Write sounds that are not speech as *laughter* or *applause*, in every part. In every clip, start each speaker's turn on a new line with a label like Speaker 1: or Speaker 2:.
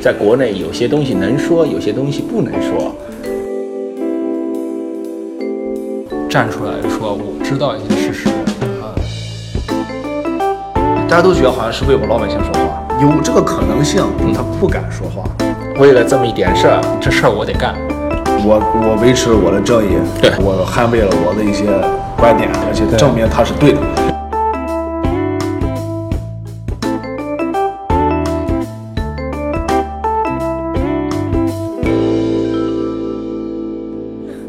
Speaker 1: 在国内有些东西能说，有些东西不能说。
Speaker 2: 站出来说我知道一些事实，啊，
Speaker 3: 大家都觉得好像是为我们老百姓说话，嗯有这个可能性，他不敢说话。
Speaker 1: 为了这么一点事儿，
Speaker 2: 这事儿我得干。
Speaker 3: 我我维持我的正义，
Speaker 1: 对
Speaker 3: 我捍卫了我的一些观点，而且证明他是对的。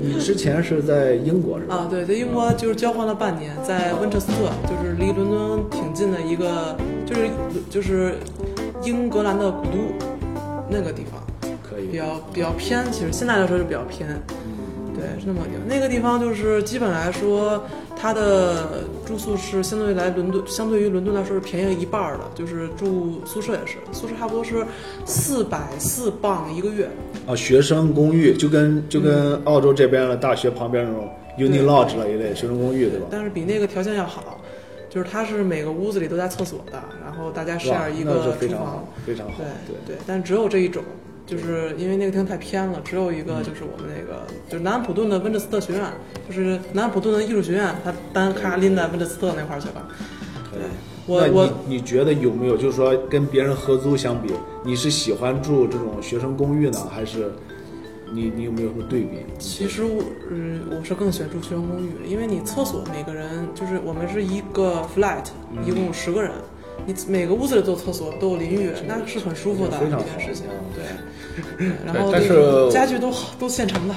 Speaker 3: 你之前是在英国是吧？
Speaker 4: 啊，对，在英国就是交换了半年，在温彻斯特，就是离伦敦挺近的一个，就是就是英格兰的古都那个地方，
Speaker 3: 可
Speaker 4: 比
Speaker 3: 以。
Speaker 4: 较比较偏，其实现在来说就比较偏，对，是那么个地方。那个地方就是基本来说，它的住宿是相对来伦敦，相对于伦敦来说是便宜一半儿的，就是住宿舍也是，宿舍差不多是四百四镑一个月，
Speaker 3: 啊，学生公寓就跟就跟澳洲这边的大学旁边那种 uni lodge 了一类学生公寓，对吧？
Speaker 4: 但是比那个条件要好，就是它是每个屋子里都带厕所的，然后大家 share 一
Speaker 3: 哇那就
Speaker 4: 个
Speaker 3: 非
Speaker 4: 厨
Speaker 3: 常好
Speaker 4: 房，，
Speaker 3: 非常好。
Speaker 4: 对
Speaker 3: 对。
Speaker 4: 对，但只有这一种，就是因为那个地方太偏了，只有一个就是我们那个就是南安普顿的温彻斯特学院，就是南安普顿的艺术学院，它单
Speaker 3: 嗯
Speaker 4: 咔拎在温彻斯特那块儿去了。对，
Speaker 3: 那
Speaker 4: 我
Speaker 3: 你
Speaker 4: 我
Speaker 3: 你觉得有没有就是说跟别人合租相比，你是喜欢住这种学生公寓呢，还是你你有没有什么对比？
Speaker 4: 其实我，嗯，我是更喜欢住学生公寓，因为你厕所每个人就是我们是一个 flat，、一
Speaker 3: 嗯
Speaker 4: 共有十个人，你每个屋子里都有厕所，都有淋浴，那是很舒服的
Speaker 3: 非
Speaker 4: 一
Speaker 3: 常好
Speaker 4: 件事情。对，对然后
Speaker 1: 但
Speaker 4: 那
Speaker 1: 是
Speaker 4: 个家具都好，都现成的，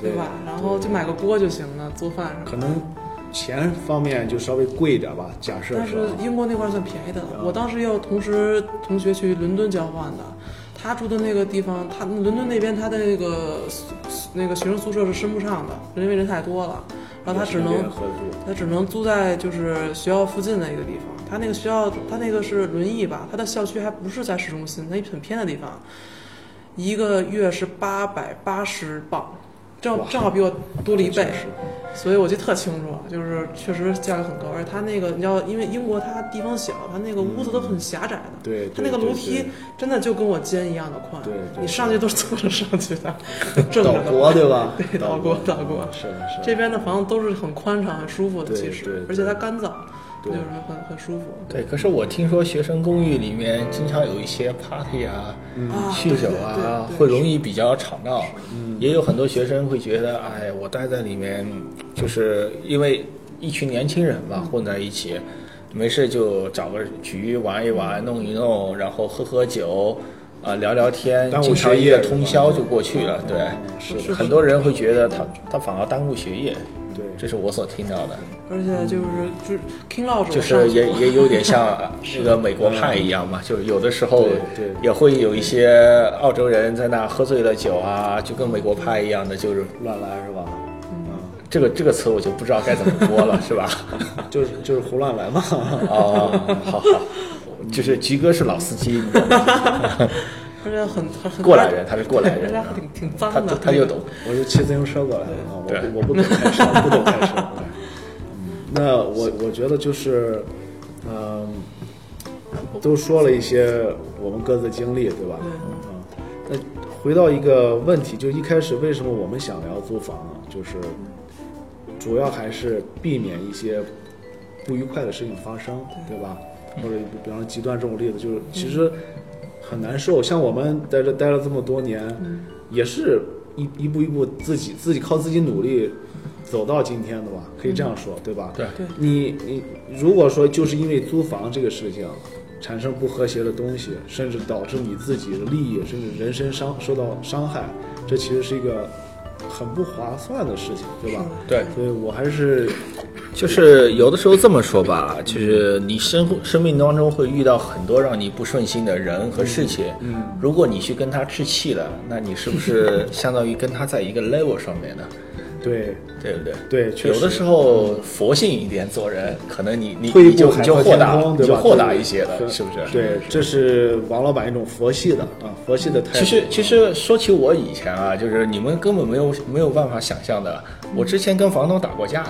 Speaker 4: 对
Speaker 3: 对
Speaker 4: 吧？然后就买个锅就行了，做饭什
Speaker 3: 可
Speaker 4: 么。
Speaker 3: 能钱方面就稍微贵一点吧，假设
Speaker 4: 但
Speaker 3: 是啊
Speaker 4: 是
Speaker 3: 吧
Speaker 4: 英国那块儿算便宜的了，我当时也有同时同学去伦敦交换的，他住的那个地方，他伦敦那边他的那个宿那个学生宿舍是申不上的，因为人太多了，然后他只
Speaker 3: 跟别
Speaker 4: 能
Speaker 3: 人合租，
Speaker 4: 他只能租在就是学校附近的一个地方。他那个学校，他那个是轮椅吧，他的校区还不是在市中心，那很偏的地方。一个月是八百八十镑，正好正好比我多了一倍，所以我记得特清楚，就是确实价格很高。而且他那个，你知道，因为英国它地方小，它那个屋子都很狭窄的，
Speaker 3: 嗯对
Speaker 4: 它那个
Speaker 3: 对
Speaker 4: 楼
Speaker 3: 对
Speaker 4: 梯
Speaker 3: 对
Speaker 4: 真的就跟我肩一样的宽，
Speaker 3: 对对
Speaker 4: 你上去都是坐着上去
Speaker 3: *laughs*
Speaker 4: 的，正着
Speaker 3: 岛
Speaker 4: 的
Speaker 3: 国对吧？
Speaker 4: *laughs* 对，倒锅倒锅。
Speaker 3: 是的，是的。
Speaker 4: 这边的房子都是很宽敞、很舒服的，
Speaker 3: 对
Speaker 4: 其实
Speaker 3: 对，
Speaker 4: 而且它干燥，
Speaker 3: 对
Speaker 4: 就是很很舒服。
Speaker 1: 对，可是我听说学生公寓里面经常有一些 party 啊、
Speaker 3: 嗯
Speaker 4: 啊
Speaker 1: 酗酒啊，
Speaker 4: 对对对
Speaker 1: 会容易比较吵闹。
Speaker 3: 嗯
Speaker 1: 也有很多学生会觉得，哎，我待在里面，就是因为一群年轻人
Speaker 4: 嗯
Speaker 1: 嘛，混在一起，没事就找个局玩一玩、弄一弄，然后喝喝酒。啊，聊聊天，
Speaker 3: 耽误
Speaker 1: 经常
Speaker 3: 学
Speaker 1: 一个
Speaker 3: 业是吧嗯
Speaker 1: 通宵就过去了。对，是很多人会觉得他他反而耽误学业，
Speaker 3: 对
Speaker 1: 这是我所听到的。
Speaker 4: 而
Speaker 1: 嗯
Speaker 4: 且就是就是 King Lodge，
Speaker 1: 就
Speaker 4: 我嗯上
Speaker 1: 是
Speaker 4: 去
Speaker 1: 也
Speaker 4: 过
Speaker 1: 也有点
Speaker 4: *laughs*
Speaker 1: 像那个美国派一样嘛，就是有的时候
Speaker 3: 对对
Speaker 1: 也会有一些澳洲人在那喝醉了酒啊，就跟美国派一样的，就是
Speaker 3: 乱来是吧？
Speaker 4: 嗯
Speaker 1: 这个这个词我就不知道该怎么说了，是
Speaker 4: *laughs*
Speaker 1: 吧？
Speaker 3: 啊就是就是胡乱来嘛。 *laughs*
Speaker 1: 哦，好好，就是菊哥是老司机，你懂吗
Speaker 4: 而且很很很
Speaker 1: 过来人，他是过来
Speaker 4: 而 *laughs*
Speaker 1: 人
Speaker 4: 且还
Speaker 1: 啊，
Speaker 4: 挺挺脏
Speaker 1: 他
Speaker 4: 的，
Speaker 1: 他又懂。
Speaker 4: *laughs*
Speaker 3: 我是骑自行车过来的啊，我
Speaker 1: 对
Speaker 3: 不我不懂开车，不懂开车。对嗯那我我觉得就是，嗯、都说了一些我们各自的经历，对吧？对。嗯，那回到一个问题，就一开始为什么我们想聊租房呢？就是主要还是避免一些不愉快的事情发生，对吧？或者比方说极端这种例子，就是其实很难受。像我们在这待了这么多年，也是一一步一步自己自己靠自己努力走到今天的吧，可以这样说，对吧？
Speaker 1: 对
Speaker 4: 对
Speaker 3: 你你如果说就是因为租房这个事情产生不和谐的东西，甚至导致你自己的利益甚至人身伤受到伤害，这其实是一个很不划算的事情，对吧？
Speaker 1: 对，
Speaker 3: 所以我还是
Speaker 1: 就是有的时候这么说吧，就是你生活生命当中会遇到很多让你不顺心的人和事情。嗯，如果你去跟他置气了，那你是不是相当于跟他在一个 level 上面呢？
Speaker 3: 对
Speaker 1: 对不对？
Speaker 3: 对，确实
Speaker 1: 有的时候佛性一点做人，可能你你
Speaker 3: 退一
Speaker 1: 你
Speaker 3: 步
Speaker 1: 就
Speaker 3: 海
Speaker 1: 你就
Speaker 3: 阔
Speaker 1: 豁
Speaker 3: 天
Speaker 1: 达，
Speaker 3: 空，
Speaker 1: 你
Speaker 3: 对
Speaker 1: 就
Speaker 3: 吧？
Speaker 1: 豁达
Speaker 3: 这
Speaker 1: 一些了，是不是？。
Speaker 3: 对，这是王老板一种佛系的啊，佛系的态度。
Speaker 1: 其实，其实说起我以前啊，就是你们根本没有没有办法想象的。我之前跟房东打过
Speaker 3: *laughs*
Speaker 1: 架，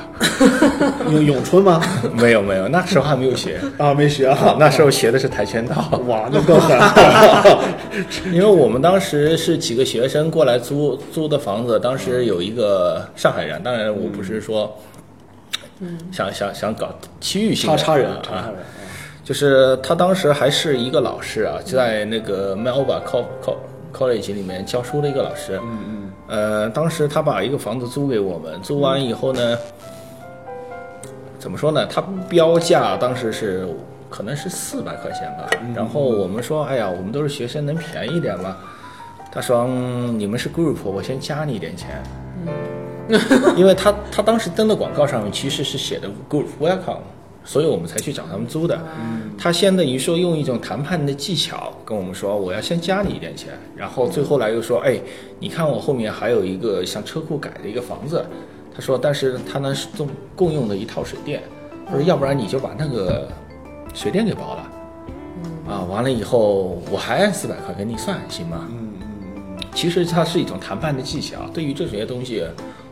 Speaker 3: 咏咏春吗？
Speaker 1: 没有没有，
Speaker 3: *laughs*
Speaker 1: 那时候还没有学， *laughs*
Speaker 3: 啊，没学啊，
Speaker 1: 那时候学的是跆拳道。
Speaker 3: 哇，那更狠，
Speaker 1: *laughs* 因为我们当时是几个学生过来租租的房子，当时有一个上海人，当然我不是说，想想想搞区域性
Speaker 3: 嗯
Speaker 1: 的
Speaker 3: 叉叉人，
Speaker 1: 啊
Speaker 3: 叉叉人，
Speaker 1: 就是他当时还是一个老师啊，就在那个 Melba Co Co College 里面教书的一个老师。嗯嗯。呃，当时他把一个房子租给我们，租完以后呢，怎么说呢？他标价当时是可能是四百块钱吧。然后我们说，哎呀，我们都是学生，能便宜点吗？他说、嗯你们是 group，我先加你一点钱。 *laughs* 因为他他当时登的广告上面其实是写的 “good welcome”，所以我们才去找他们租的。
Speaker 3: 嗯
Speaker 1: 他先等于说用一种谈判的技巧跟我们说，我要先加你一点钱，然后最后来又说，哎，你看我后面还有一个像车库改的一个房子，他说，但是他呢是共共用的一套水电，他说要不然你就把那个水电给包了。啊，完了以后我还按四百块给你算，行吗？
Speaker 3: 嗯嗯
Speaker 1: 其实它是一种谈判的技巧。对于这些东西，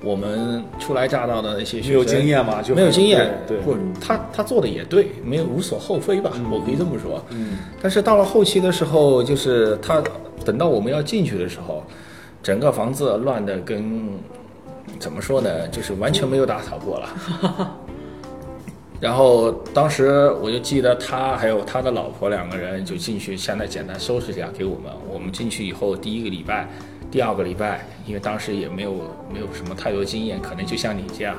Speaker 1: 我们初来乍到的那些
Speaker 3: 嗯，
Speaker 1: 学
Speaker 3: 没有
Speaker 1: 生
Speaker 3: 经，验嘛，就
Speaker 1: 没有经验，
Speaker 3: 对，
Speaker 1: 或者他他做的也对，没有无所厚非吧，我可以这么说。
Speaker 3: 嗯，
Speaker 1: 但是到了后期的时候，就是他等到我们要进去的时候，整个房子乱的跟怎么说呢，就是完全没有打扫过了。 *laughs* 然后当时我就记得他还有他的老婆两个人就进去，现在简单收拾一下给我们。我们进去以后，第一个礼拜、第二个礼拜，因为当时也没有没有什么太多经验，可能就像你这样，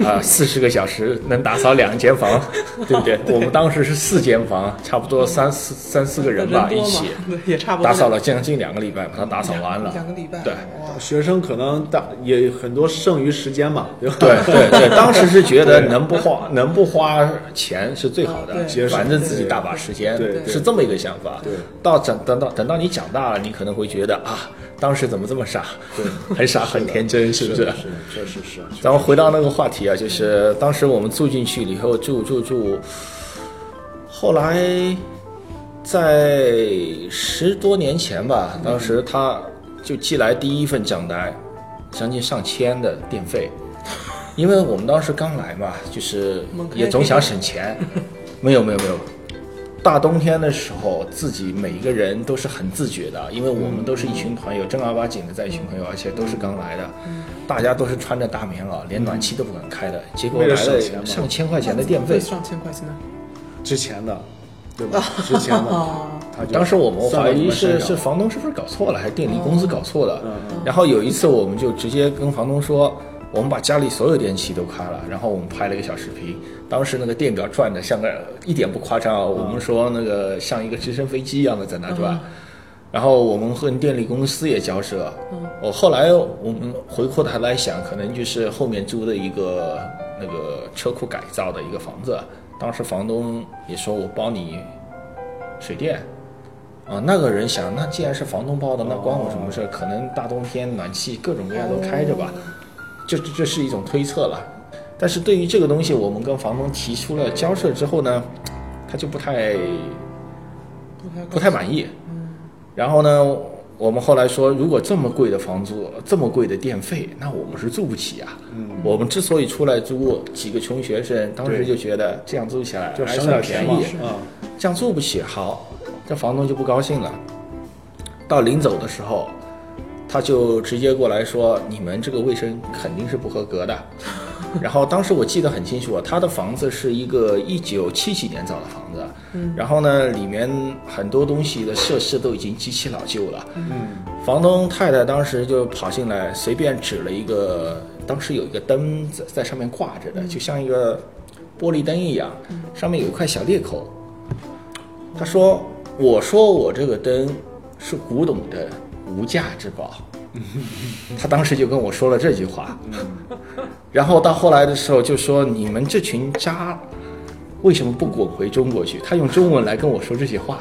Speaker 4: 嗯
Speaker 1: *laughs* 啊、四十个小时能打扫两间房，对不
Speaker 4: *laughs*
Speaker 1: 对？我们当时是四间房，差不多三四三四个人吧，
Speaker 4: 多
Speaker 1: 一
Speaker 4: 嘛
Speaker 1: 起，
Speaker 4: 对 *laughs* 也差不多
Speaker 1: 打扫了将近两个礼拜，把它打扫完了。
Speaker 4: 两个礼拜，
Speaker 1: 对
Speaker 4: 哇，
Speaker 3: 学生可能大也很多剩余时间嘛， *laughs* 对吧？
Speaker 1: *laughs* 对对对，当时是觉得能不花能不花钱是最好
Speaker 4: 啊
Speaker 1: 的
Speaker 4: 对，
Speaker 1: 反正自己大把时间
Speaker 3: 对，对
Speaker 1: 是这么一个想法
Speaker 3: 对。
Speaker 1: 到长等到等到你长大了，你可能会觉得啊，当时怎么这么傻， *laughs* 很傻很天真，是不
Speaker 3: 是
Speaker 1: 是
Speaker 3: 的？是的，确实是。
Speaker 1: 咱们回到那个话题啊，就是当时我们住进去了以后，住住住，后来在十多年前吧，当时他就寄来第一份账单，将近上千的电费，因为我们当时刚来嘛，就是也总想省钱，没有没有没有。大冬天的时候，自己每一个人都是很自觉的，因为我们都是一群团友，正儿八经的在一群朋友，而且都是刚来的，大家都是穿着大棉袄，连暖气都不敢开的。结果
Speaker 3: 为
Speaker 1: 来
Speaker 3: 了
Speaker 1: 了
Speaker 3: 省钱嘛
Speaker 1: 上千块钱的电费
Speaker 4: 会，上千块钱的，
Speaker 3: 之前的，对吧？之前的，他就
Speaker 1: 当时我们
Speaker 3: 算
Speaker 1: 怀
Speaker 3: 到你
Speaker 1: 疑
Speaker 3: 们身
Speaker 1: 是
Speaker 3: 上
Speaker 1: 是房东是不是搞错了，还是电力公司搞错了
Speaker 3: 嗯。
Speaker 1: 然后有一次我们就直接跟房东说，我们把家里所有电器都开了，然后我们拍了一个小视频，当时那个电表转的像个呃一点不夸张啊，我们说那个像一个直升飞机一样的在那转。然后我们和电力公司也交涉，我后来我们回过头来想，可能就是后面租的一个那个车库改造的一个房子，当时房东也说我包你水电，啊，那个人想，那既然是房东包的，那关我什么事？可能大冬天暖气各种各样都开着
Speaker 3: 哦
Speaker 1: 吧，这这这是一种推测了。但是对于这个东西，我们跟房东提出了交涉之后呢，他就不太
Speaker 4: 不太
Speaker 1: 不太满意。
Speaker 3: 嗯
Speaker 1: 然后呢，我们后来说，如果这么贵的房租，这么贵的电费，那我们是住不起啊。我们之所以出来租，几个穷学生当时
Speaker 3: 嗯对
Speaker 1: 就觉得这样租起来
Speaker 3: 就
Speaker 1: 还
Speaker 3: 省
Speaker 1: 算
Speaker 3: 点
Speaker 1: 便
Speaker 3: 钱
Speaker 1: 宜
Speaker 3: 嘛，啊，
Speaker 1: 这样住不起，好，这房东就不高兴了。到临走的时候，他就直接过来说：“你们这个卫生肯定是不合格的。”然后当时我记得很清楚啊，他的房子是一个一九七几年造的房子，然后呢，里面很多东西的设施都已经极其老旧了。房东太太当时就跑进来，随便指了一个，当时有一个灯在在上面挂着的，就像一个玻璃灯一样，上面有一块小裂口。他说：“我说我这个灯是古董灯，无价之宝。”他当时就跟我说了这句话， *laughs* 然后到后来的时候就说：“你们这群渣，为什么不滚回中国去？”他用中文来跟我说这些话。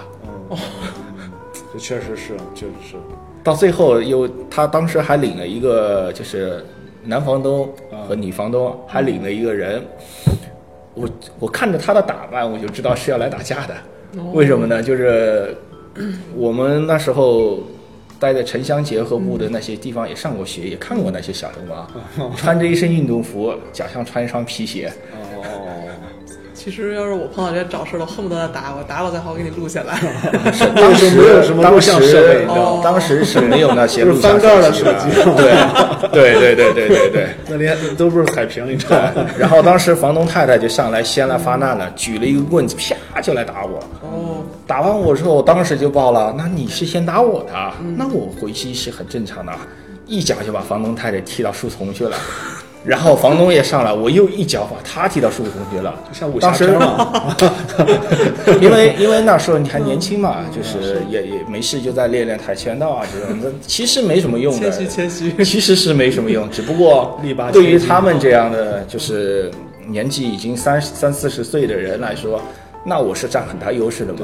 Speaker 3: 这确实是，确实是。
Speaker 1: 到最后又，他当时还领了一个，就是男房东和女房东还领了一个人。我我看着他的打扮，我就知道是要来打架的。
Speaker 3: 哦
Speaker 1: 为什么呢？就是我们那时候待在城乡结合部的那些地方也上过学，也看过那些小
Speaker 3: 哦 *laughs*
Speaker 1: 流氓，穿着一身运动服，脚上穿一双皮鞋，
Speaker 3: 哦，
Speaker 4: 其实要是我碰到这些找事儿的，我恨不得他打我，打我再好我给你录
Speaker 1: *laughs*
Speaker 4: 下来。
Speaker 3: 那个时候没有什么录
Speaker 1: 当
Speaker 3: 像设备，
Speaker 1: 时
Speaker 3: 你知道吗？
Speaker 1: 当时是没有那些
Speaker 3: *laughs* 就
Speaker 1: 录
Speaker 3: 是
Speaker 1: 像
Speaker 3: 翻盖儿的
Speaker 1: 机
Speaker 3: 手
Speaker 1: 的
Speaker 3: 机，
Speaker 1: 对对对对对对
Speaker 3: 那连都不是彩屏，你知道吗？
Speaker 1: 对。然后当时房东太太就上来先来发难了，举了一个棍子，啪就来打我。
Speaker 4: 哦，
Speaker 1: 打完我之后，我当时就爆了。那你是先打我的啊，
Speaker 3: 嗯
Speaker 1: 那我回击是很正常的啊。一脚就把房东太太踢到树丛去了，然后房东也上来，我又一脚把他踢到树丛去了。
Speaker 3: 像武侠
Speaker 1: 当时
Speaker 3: 片儿嘛，
Speaker 1: *laughs* 因为因为那时候你还年轻嘛，
Speaker 3: 嗯
Speaker 1: 就是也也没事就在练练跆拳道啊这种，那其实没什么用的
Speaker 4: 谦。虚谦
Speaker 1: *laughs*
Speaker 4: 虚。
Speaker 1: 其实是没什么用，只不过
Speaker 3: 力拔千
Speaker 1: 对
Speaker 3: 斤
Speaker 1: 于他们这样的就是年纪已经三三四十岁的人来说，那我是占很大优势的嘛。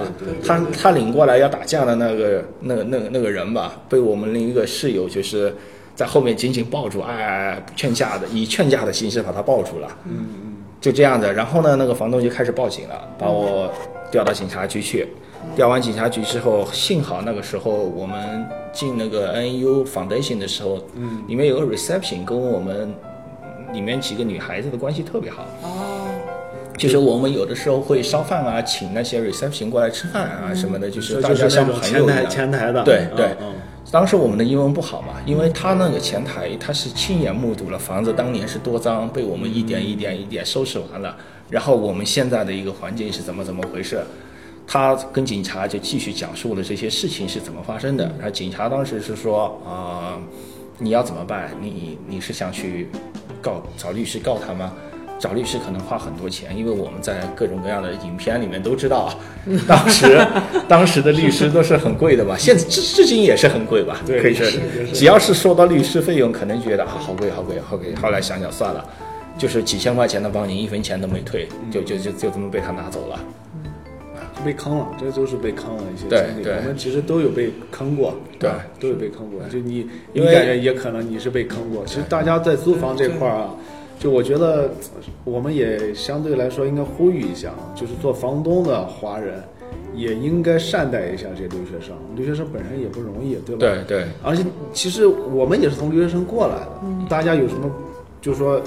Speaker 1: 他他领过来要打架的那个那个那个那个人吧，被我们另一个室友就是在后面紧紧抱住，哎哎哎，劝架的，以劝架的形式把他抱住了。嗯嗯，就这样子。然后呢，那个房东就开始报警了，把我调到警察局去。调完警察局之后，幸好那个时候我们进那个 NU Foundation 的时候，嗯，里面有个 reception 跟我们里面几个女孩子的关系特别好，
Speaker 4: 哦，
Speaker 1: 就是我们有的时候会烧饭啊，请那些 reception 过来吃饭啊什么的，就是
Speaker 3: 这
Speaker 1: 大
Speaker 3: 就是
Speaker 1: 家
Speaker 3: 那
Speaker 1: 像
Speaker 3: 种
Speaker 1: 朋
Speaker 3: 前
Speaker 1: 友一
Speaker 3: 台
Speaker 1: 样。
Speaker 3: 前台的，
Speaker 1: 对对
Speaker 3: 嗯
Speaker 1: 当时我们的英文不好嘛，因为他那个前台他是亲眼目睹了房子当年是多脏，被我们一点一点一点收拾完了，然后我们现在的一个环境是怎么怎么回事，他跟警察就继续讲述了这些事情是怎么发生的。然后警察当时是说啊、你要怎么办？你你是想去告找律师告他吗？找律师可能花很多钱，因为我们在各种各样的影片里面都知道
Speaker 3: *laughs*
Speaker 1: 啊，当时当时的律师都是很贵的
Speaker 3: *laughs*
Speaker 1: 吧，现至至今也是很贵吧，
Speaker 3: 对
Speaker 1: 可以说
Speaker 3: 是是是
Speaker 1: 只要是说到律师费用，可能觉得啊好贵好贵好贵，后来想想算了，就是几千块钱的帮你一分钱都没退，就就就就这么被他拿走了。
Speaker 3: 嗯，被坑了，这都是被坑了一些
Speaker 1: 对
Speaker 3: 经历。
Speaker 1: 对
Speaker 3: 我们其实都有被坑过，
Speaker 1: 对
Speaker 3: 吧都有被坑过。就你，
Speaker 1: 因
Speaker 3: 你
Speaker 1: 为
Speaker 3: 感觉也可能你是被坑过。其实大家在租房这块儿啊，就我觉得呃我们也相对来说应该呼吁一下，啊，就是做房东的华人也应该善待一下这留学生。留学生本身也不容易，对吧？
Speaker 1: 对对
Speaker 3: 而且其实我们也是从留学生过来的，大家有什么就是说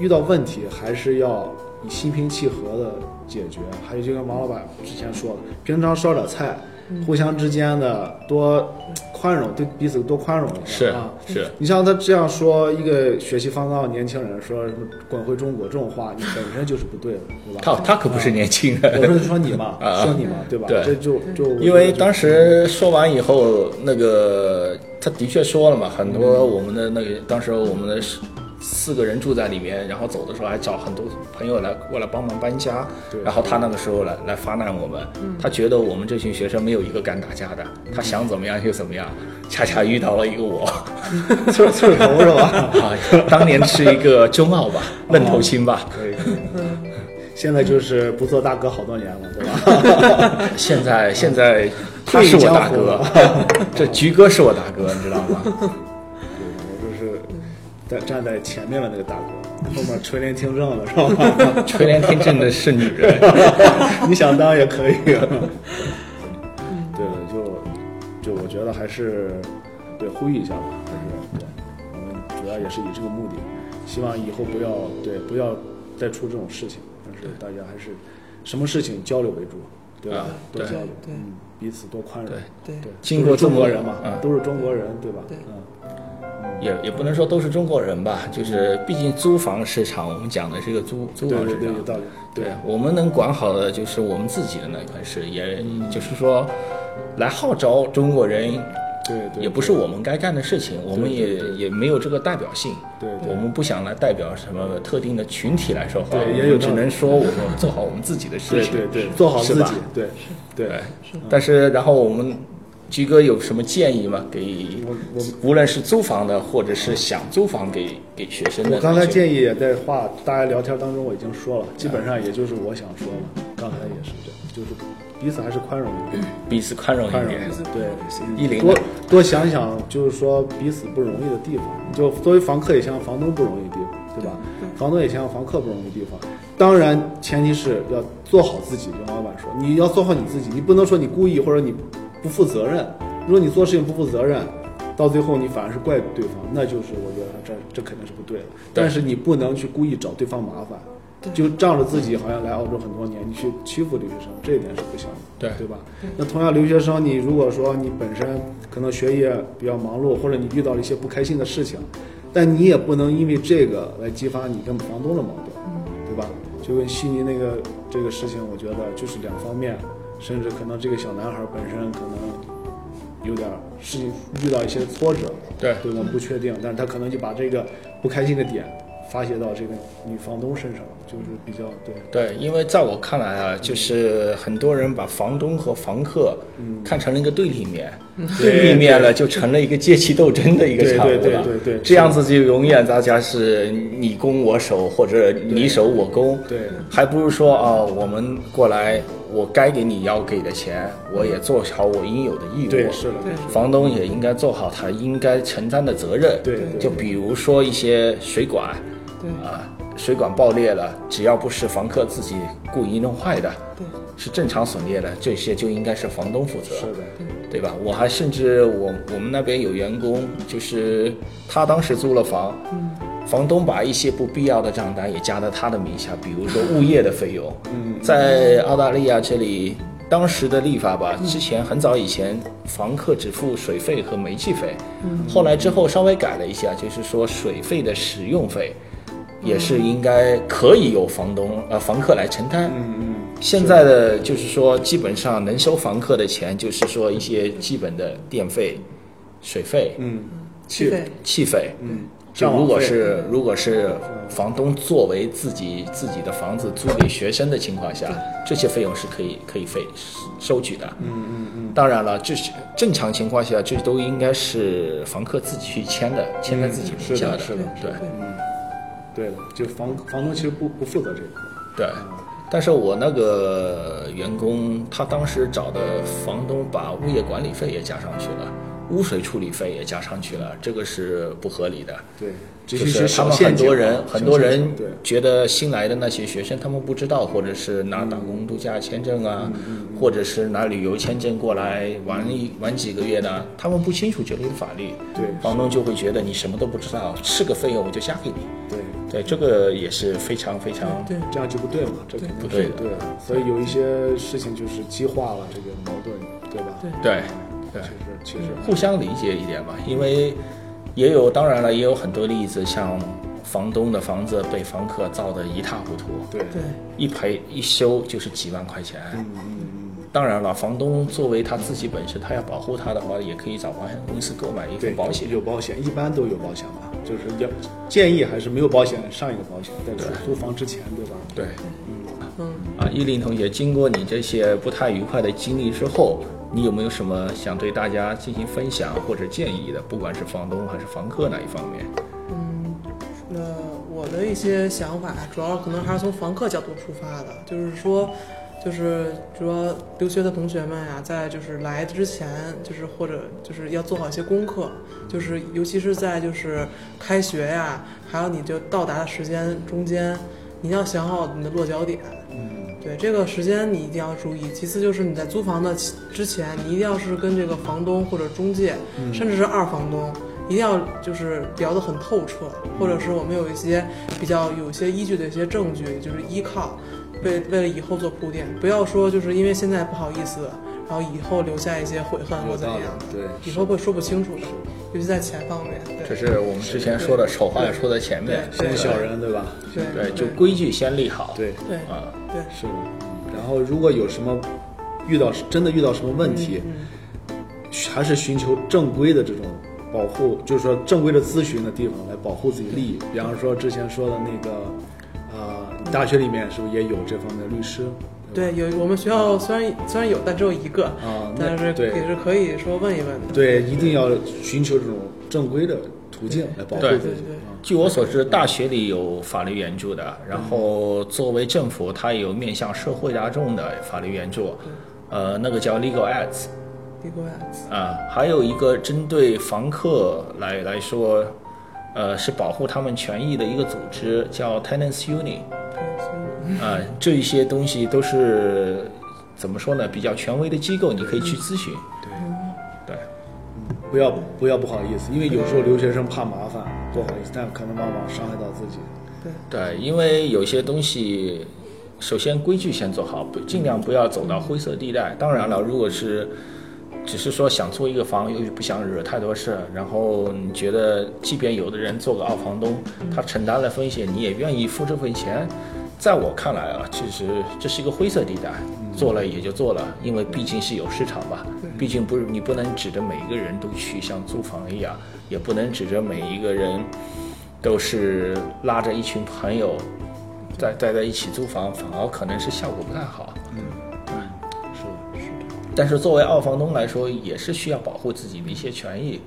Speaker 3: 遇到问题，还是要以心平气和的解决。还有就跟王老板之前说的，平常烧点菜，互相之间的多宽容，对彼此多宽容一
Speaker 1: 是
Speaker 3: 下啊。
Speaker 1: 是，
Speaker 3: 你像他这样说一个血气方刚的年轻人说什么“滚回中国”这种话，你本身就是不对的，对吧？
Speaker 1: 他他可不
Speaker 3: 啊
Speaker 1: 是年轻
Speaker 3: 我
Speaker 1: 人，
Speaker 3: 说说你嘛，
Speaker 1: 啊
Speaker 3: 说你嘛，对吧？
Speaker 1: 对
Speaker 3: 这就就我觉得
Speaker 1: *laughs* 因为
Speaker 3: 就
Speaker 1: 当时说完以后，那个他的确说了嘛，很多
Speaker 3: 嗯
Speaker 1: 我们的那个当时我们的四四个人住在里面，然后走的时候还找很多朋友来过来帮忙搬家
Speaker 3: 对，嗯
Speaker 1: 然后他那个时候来来发难我们，他觉得我们这群学生没有一个敢打架的，他想怎么样就怎么样，恰恰遇到了一个我， *laughs*
Speaker 3: 刺刺头是吧？
Speaker 1: 啊，当年是一个中澳吧，
Speaker 3: 哦
Speaker 1: 愣头青吧，
Speaker 3: 可以，可以。 *laughs* 现在就是不做大哥好多年了，对吧？
Speaker 1: 现在现在他是我大哥， *laughs* 这菊哥是我大哥，你知道吗？ *laughs*
Speaker 3: 对，我就是在站在前面的那个大哥，后面垂帘听政的是吧？
Speaker 1: 垂帘听政的是女人。
Speaker 3: *laughs* 你想当也可以。对
Speaker 1: 嗯
Speaker 3: 了，就就我觉得还是对呼吁一下吧，还是对，我们主要也是以这个目的，希望以后不要对不要再出这种事情，但是大家还是什么事情交流为主，对吧
Speaker 1: 啊？
Speaker 3: 多
Speaker 1: 对
Speaker 3: 交流，
Speaker 4: 对
Speaker 3: 嗯，彼此多宽容。
Speaker 1: 对
Speaker 4: 对
Speaker 3: 对，
Speaker 1: 经过
Speaker 3: 都是中
Speaker 1: 这么
Speaker 3: 国人嘛，
Speaker 1: 嗯
Speaker 3: 都是中国人，对吧？
Speaker 4: 对
Speaker 3: 嗯，
Speaker 1: 也也不能说都是中国人吧，就是毕竟租房市场，我们讲的是一个租租
Speaker 3: 对
Speaker 1: 房
Speaker 3: 对
Speaker 1: 市
Speaker 3: 对，
Speaker 1: 场
Speaker 3: 有。道理。
Speaker 1: 啊对，我们能管好的就是我们自己的那一块事，也就是说，来号召中国人
Speaker 3: 对对，
Speaker 1: 也不是我们该干的事情，我们也也没有这个代表性。
Speaker 3: 对对
Speaker 1: 我们不想来代表什么特定的群体来说话，
Speaker 3: 对也
Speaker 1: 我们
Speaker 3: 有道
Speaker 1: 只
Speaker 3: 理
Speaker 1: 能说我们做好我们自己的事
Speaker 3: 对
Speaker 1: 情。
Speaker 3: 对对，做好
Speaker 1: 是
Speaker 3: 自
Speaker 1: 吧
Speaker 3: 己，对对。
Speaker 1: 但是然后我们菊哥有什么建议吗？给
Speaker 3: 我我
Speaker 1: 无论是租房的，或者是想租房给给学生的，
Speaker 3: 我刚才
Speaker 1: 议
Speaker 3: 建议也在话大家聊天当中我已经说了，基本上也就是我想说的，刚才也是这样，就是彼此还是宽容一点，
Speaker 1: 彼此宽容
Speaker 3: 宽
Speaker 1: 一
Speaker 3: 容
Speaker 1: 点
Speaker 3: 一。点对，
Speaker 1: 一零
Speaker 3: 多
Speaker 1: 的
Speaker 3: 多想想，就是说彼此不容易的地方。就作为房客也想想房东不容易的地方，对吧？房东也想想房客不容易的地方。当然，前提是要做好自己。就王老板说，你要做好你自己，你不能说你故意或者你不负责任。如果你做事情不负责任，到最后你反而是怪对方，那就是我觉得这这肯定是不对的。但是你不能去故意找对方麻烦，
Speaker 4: 对
Speaker 3: 就仗着自己好像来澳洲很多年，你去欺负留学生，这一点是不行的，
Speaker 1: 对
Speaker 3: 对吧？那同样留学生，你如果说你本身可能学业比较忙碌，或者你遇到了一些不开心的事情，但你也不能因为这个来激发你跟房东的矛盾，对吧？就跟悉尼那个这个事情，我觉得就是两方面，甚至可能这个小男孩本身可能有点儿事情遇到一些挫折，
Speaker 1: 对
Speaker 3: 对我们不确定，但是他可能就把这个不开心的点发泄到这个女房东身上，就是比较对，
Speaker 1: 对，因为在我看来啊，就是很多人把房东和房客
Speaker 3: 嗯
Speaker 1: 看成了一个对立面，对立面了就成了一个阶级斗争的一个
Speaker 3: 对
Speaker 1: 产物了。
Speaker 3: 对对对对
Speaker 1: 这样子就永远大家是你攻我守，或者你守我攻。
Speaker 3: 对
Speaker 1: 还不如说啊，我们过来，我该给你要给的钱，我也做好我应有的义务。
Speaker 3: 对是的，
Speaker 4: 对
Speaker 1: 房东也应该做好他应该承担的责任。
Speaker 3: 对对
Speaker 1: 就比如说一些水管，
Speaker 4: 对
Speaker 1: 啊，水管爆裂了，只要不是房客自己故意弄坏的，
Speaker 4: 对
Speaker 1: 是正常损裂的，这些就应该是房东负责，
Speaker 3: 是的，
Speaker 1: 对吧？我还甚至我我们那边有员工，就是他当时租了房，房东把一些不必要的账单也加到他的名下，比如说物业的费用，在澳大利亚这里。当时的立法吧，之前很早以前，房客只付水费和煤气费，后来之后稍微改了一下，就是说水费的使用费，也是应该可以由房东呃房客来承担。嗯嗯。现在的就是说，基本上能收房客的钱，就是说一些基本的电费、水费、
Speaker 3: 嗯，
Speaker 4: 气
Speaker 3: 气
Speaker 4: 费
Speaker 1: 气费。嗯。就
Speaker 3: 上网
Speaker 1: 如果
Speaker 3: 费
Speaker 1: 是如果是房东作为自己自己的房子租给学生的情况下，这些费用是可以可以费收取的。嗯嗯嗯。当然了，这是正常情况下，这都应该是房客自己去签的，签在自己名
Speaker 3: 嗯是
Speaker 1: 下
Speaker 3: 的是的
Speaker 1: 对。
Speaker 3: 对的，就房房东其实不不负责这个，
Speaker 1: 对，但是我那个员工，他当时找的房东把物业管理费也加上去了，污水处理费也加上去了，这个是不合理的。
Speaker 3: 对，这
Speaker 1: 就
Speaker 3: 一些
Speaker 1: 是他
Speaker 3: 小
Speaker 1: 们
Speaker 3: 陷
Speaker 1: 很
Speaker 3: 阱啊
Speaker 1: 多人，很多
Speaker 3: 小陷
Speaker 1: 人
Speaker 3: 阱对，
Speaker 1: 觉得新来的那些学生，他们不知道，或者是拿打工度假签证
Speaker 3: 嗯
Speaker 1: 啊，或者是拿旅游签证过来玩一玩几个月呢，他们不清楚这里的法律，
Speaker 3: 对
Speaker 1: 房东就会觉得你什么都不知道，是个费用我就加给你，
Speaker 3: 对。
Speaker 1: 对，这个也是非常非常
Speaker 4: 对
Speaker 3: 这样就不对嘛，这肯定
Speaker 1: 不
Speaker 3: 是
Speaker 1: 对
Speaker 3: 不
Speaker 1: 的
Speaker 3: 对的。所以有一些事情就是激化了这个矛盾，对吧？
Speaker 4: 对
Speaker 1: 对对
Speaker 3: 确。实确实，
Speaker 1: 互相理解一点吧，因为也有，当然了，也有很多例子，像房东的房子被房客造得一塌糊涂，
Speaker 3: 对
Speaker 4: 对
Speaker 1: 一赔一修就是几万块钱。当然了，房东作为他自己本身，他要保护他的话，也可以找保险公司购买一份
Speaker 3: 对，
Speaker 1: 保险。
Speaker 3: 有保险，一般都有保险吧。就是要建议还是没有保险上一个保险，在租租房之前，对吧？
Speaker 1: 对，
Speaker 4: 嗯。
Speaker 1: 啊，依林同学，经过你这些不太愉快的经历之后，你有没有什么想对大家进行分享或者建议的？不管是房东还是房客哪一方面，
Speaker 4: 那我的一些想法，主要可能还是从房客角度出发的，就是说，就是说留学的同学们呀、在就是来之前，就是或者就是要做好一些功课，就是尤其是在就是开学呀、还有你就到达的时间中间，你要想好你的落脚点。对这个时间你一定要注意。其次就是你在租房的期之前，你一定要是跟这个房东或者中介，甚至是二房东，一定要就是聊得很透彻，或者是我们有一些比较有一些依据的一些证据，就是依靠，为为了以后做铺垫，不要说就是因为现在不好意思，然后以后留下一些悔恨或
Speaker 3: 有
Speaker 4: 怎
Speaker 3: 道
Speaker 4: 样
Speaker 3: 理啊
Speaker 4: 的，，
Speaker 3: 对，
Speaker 4: 以后会说不清楚的，尤其在钱方面。
Speaker 1: 这
Speaker 4: 对
Speaker 1: 是我们之前说的，丑话要说在前面，
Speaker 4: 对
Speaker 3: 先小人，对吧？
Speaker 4: 对
Speaker 1: 对，就规矩先立好。
Speaker 3: 对，
Speaker 4: 对
Speaker 1: 啊，
Speaker 4: 对
Speaker 3: 是的。然后如果有什么遇到真的遇到什么问题，
Speaker 4: 嗯
Speaker 3: 还是寻求正规的这种保护，就是说正规的咨询的地方来保护自己利益。比方说之前说的那个，呃，大学里面是不是也有这方面的律师？
Speaker 4: 对，有我们学校虽然虽然有，但只有一个，
Speaker 3: 啊那
Speaker 4: 但是
Speaker 3: 对
Speaker 4: 也是可以说问一问的。
Speaker 3: 对，一定要寻求这种正规的途径来保护
Speaker 1: 对
Speaker 3: 自己
Speaker 4: 对对
Speaker 3: 啊。
Speaker 1: 据我所知，大学里有法律援助的，然后作为政府，它也有面向社会大众的法律援助，呃，那个叫 Legal Ads
Speaker 4: 李国安
Speaker 1: 啊、还有一个针对房客来来说，呃，是保护他们权益的一个组织叫 Tenants Union 啊、这一些东西都是怎么说呢？比较权威的机构，你可以去咨询。
Speaker 3: 啊对
Speaker 1: 对，
Speaker 3: 不要不要不好意思，因为有时候留学生怕麻烦，不好意思，但可能往往伤害到自己。
Speaker 4: 对，
Speaker 1: 对，因为有些东西，首先规矩先做好，不尽量不要走到灰色地带。当然了，如果是只是说想做一个房，又不想惹太多事儿，然后你觉得，即便有的人做个二房东，他承担了风险，你也愿意付这份钱，在我看来啊，其实这是一个灰色地带，做了也就做了，因为毕竟是有市场吧，毕竟不是你不能指着每一个人都去像租房一样，也不能指着每一个人。都是拉着一群朋友在待在一起租房，反而可能是效果不太好。
Speaker 3: 是的，是的，
Speaker 1: 嗯但是作为二房东来说，也是需要保护自己的一些权益，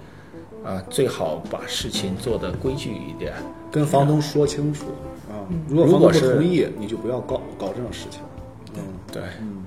Speaker 1: 啊，最好把事情做得规矩一点。
Speaker 3: 跟房东说清楚啊，如果
Speaker 1: 如
Speaker 3: 房
Speaker 1: 果
Speaker 3: 东不
Speaker 1: 是
Speaker 3: 同意，你就不要搞搞这种事情。嗯，
Speaker 1: 对，
Speaker 3: 嗯，